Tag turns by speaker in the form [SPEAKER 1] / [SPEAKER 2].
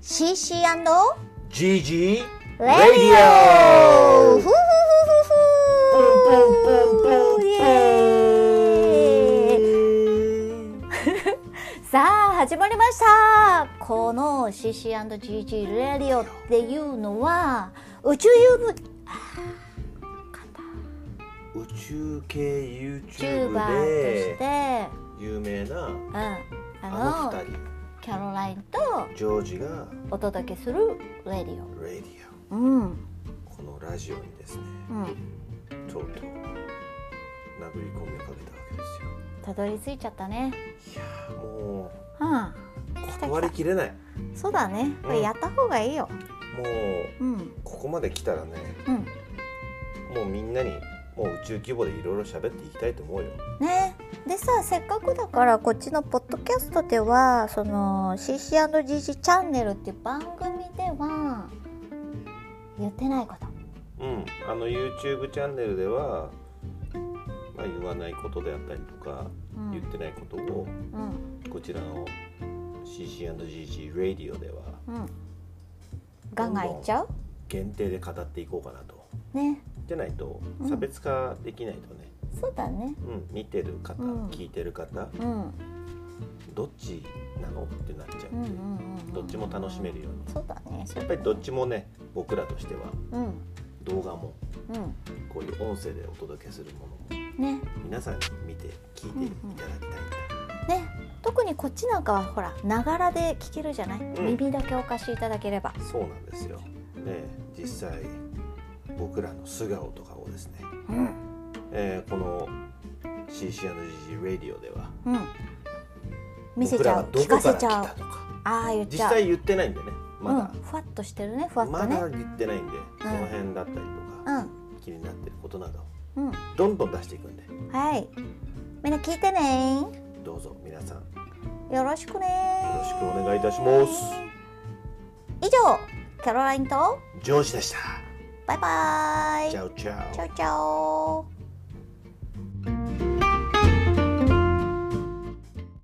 [SPEAKER 1] CC& レ
[SPEAKER 2] GG
[SPEAKER 1] ディオふふふふふイエーイさあ始まりましたこの CC&GG レディオっていうのは宇宙遊具
[SPEAKER 2] 宇宙系
[SPEAKER 1] チューバ
[SPEAKER 2] YouTube
[SPEAKER 1] ーとし
[SPEAKER 2] で
[SPEAKER 1] て、
[SPEAKER 2] 有名な
[SPEAKER 1] うん、あの
[SPEAKER 2] あの二人
[SPEAKER 1] キャロラインと
[SPEAKER 2] ジョージが
[SPEAKER 1] お届けするレディ
[SPEAKER 2] レディ
[SPEAKER 1] オうんうん
[SPEAKER 2] オこのラジオにですねとうとう殴り込みをかけたわけ
[SPEAKER 1] た
[SPEAKER 2] で
[SPEAKER 1] どり着いちゃったね
[SPEAKER 2] すよいやも
[SPEAKER 1] うん来
[SPEAKER 2] う
[SPEAKER 1] た来た
[SPEAKER 2] 断りきれない
[SPEAKER 1] そうだねこれやった方がいいよ
[SPEAKER 2] もう
[SPEAKER 1] うん
[SPEAKER 2] ここまで来たらね
[SPEAKER 1] うん
[SPEAKER 2] もうみんなにもう宇宙規模でいろいろ喋っていきたいと思うよ
[SPEAKER 1] ねでさせっかくだからこっちのポッドキャストではその CC&GG チャンネルっていう番組では言ってないこと
[SPEAKER 2] うんあの YouTube チャンネルでは、まあ、言わないことであったりとか
[SPEAKER 1] うん
[SPEAKER 2] 言ってないことを
[SPEAKER 1] うん
[SPEAKER 2] こちらの CC&GG Radio では
[SPEAKER 1] うんガンガンいっちゃう
[SPEAKER 2] 限定で語っていこうかなと
[SPEAKER 1] ね
[SPEAKER 2] じゃないと
[SPEAKER 1] うん
[SPEAKER 2] 差別化できないとね、
[SPEAKER 1] そうだね
[SPEAKER 2] うん見てる方、
[SPEAKER 1] うん
[SPEAKER 2] 聞いてる方
[SPEAKER 1] うん
[SPEAKER 2] どっちなのってなっちゃ
[SPEAKER 1] う
[SPEAKER 2] う
[SPEAKER 1] んうんん
[SPEAKER 2] で、
[SPEAKER 1] うんうん
[SPEAKER 2] どっちも楽しめるように
[SPEAKER 1] そうだね
[SPEAKER 2] やっぱりどっちもね僕らとしては
[SPEAKER 1] うん
[SPEAKER 2] 動画も
[SPEAKER 1] うん
[SPEAKER 2] こういう音声でお届けするものも
[SPEAKER 1] ね
[SPEAKER 2] 皆さんに見て聞いていただきたいな、
[SPEAKER 1] ね特にこっちなんかはほらながらで聞けるじゃない、
[SPEAKER 2] ん
[SPEAKER 1] 耳だけお貸しいただければ
[SPEAKER 2] そうなんですよ、ねえ、実際僕らの素顔とかをですね、
[SPEAKER 1] うん
[SPEAKER 2] えーこの CC&GG ラディオでは
[SPEAKER 1] うん見せ
[SPEAKER 2] 僕
[SPEAKER 1] ち
[SPEAKER 2] ら
[SPEAKER 1] ゃ
[SPEAKER 2] が
[SPEAKER 1] う
[SPEAKER 2] ど
[SPEAKER 1] 聞
[SPEAKER 2] こ
[SPEAKER 1] か
[SPEAKER 2] か
[SPEAKER 1] せ
[SPEAKER 2] ら来
[SPEAKER 1] ちゃう
[SPEAKER 2] たとか
[SPEAKER 1] ああ言っ
[SPEAKER 2] 実
[SPEAKER 1] ちゃう
[SPEAKER 2] 際言ってないんでねまだ、
[SPEAKER 1] うん、ふわっとしてるねふわっと
[SPEAKER 2] ま
[SPEAKER 1] ね、
[SPEAKER 2] だ言ってないんで、その辺だったりとか、気になってることなど
[SPEAKER 1] うんうん
[SPEAKER 2] どんどん出していくんで
[SPEAKER 1] はいみんな聞いてね
[SPEAKER 2] どうぞ皆さん
[SPEAKER 1] よろしくね
[SPEAKER 2] よろしくお願いいたします
[SPEAKER 1] 以上キャロラインと
[SPEAKER 2] ジョージでした
[SPEAKER 1] バイバイ
[SPEAKER 2] チャオチャオ
[SPEAKER 1] チャオチャオ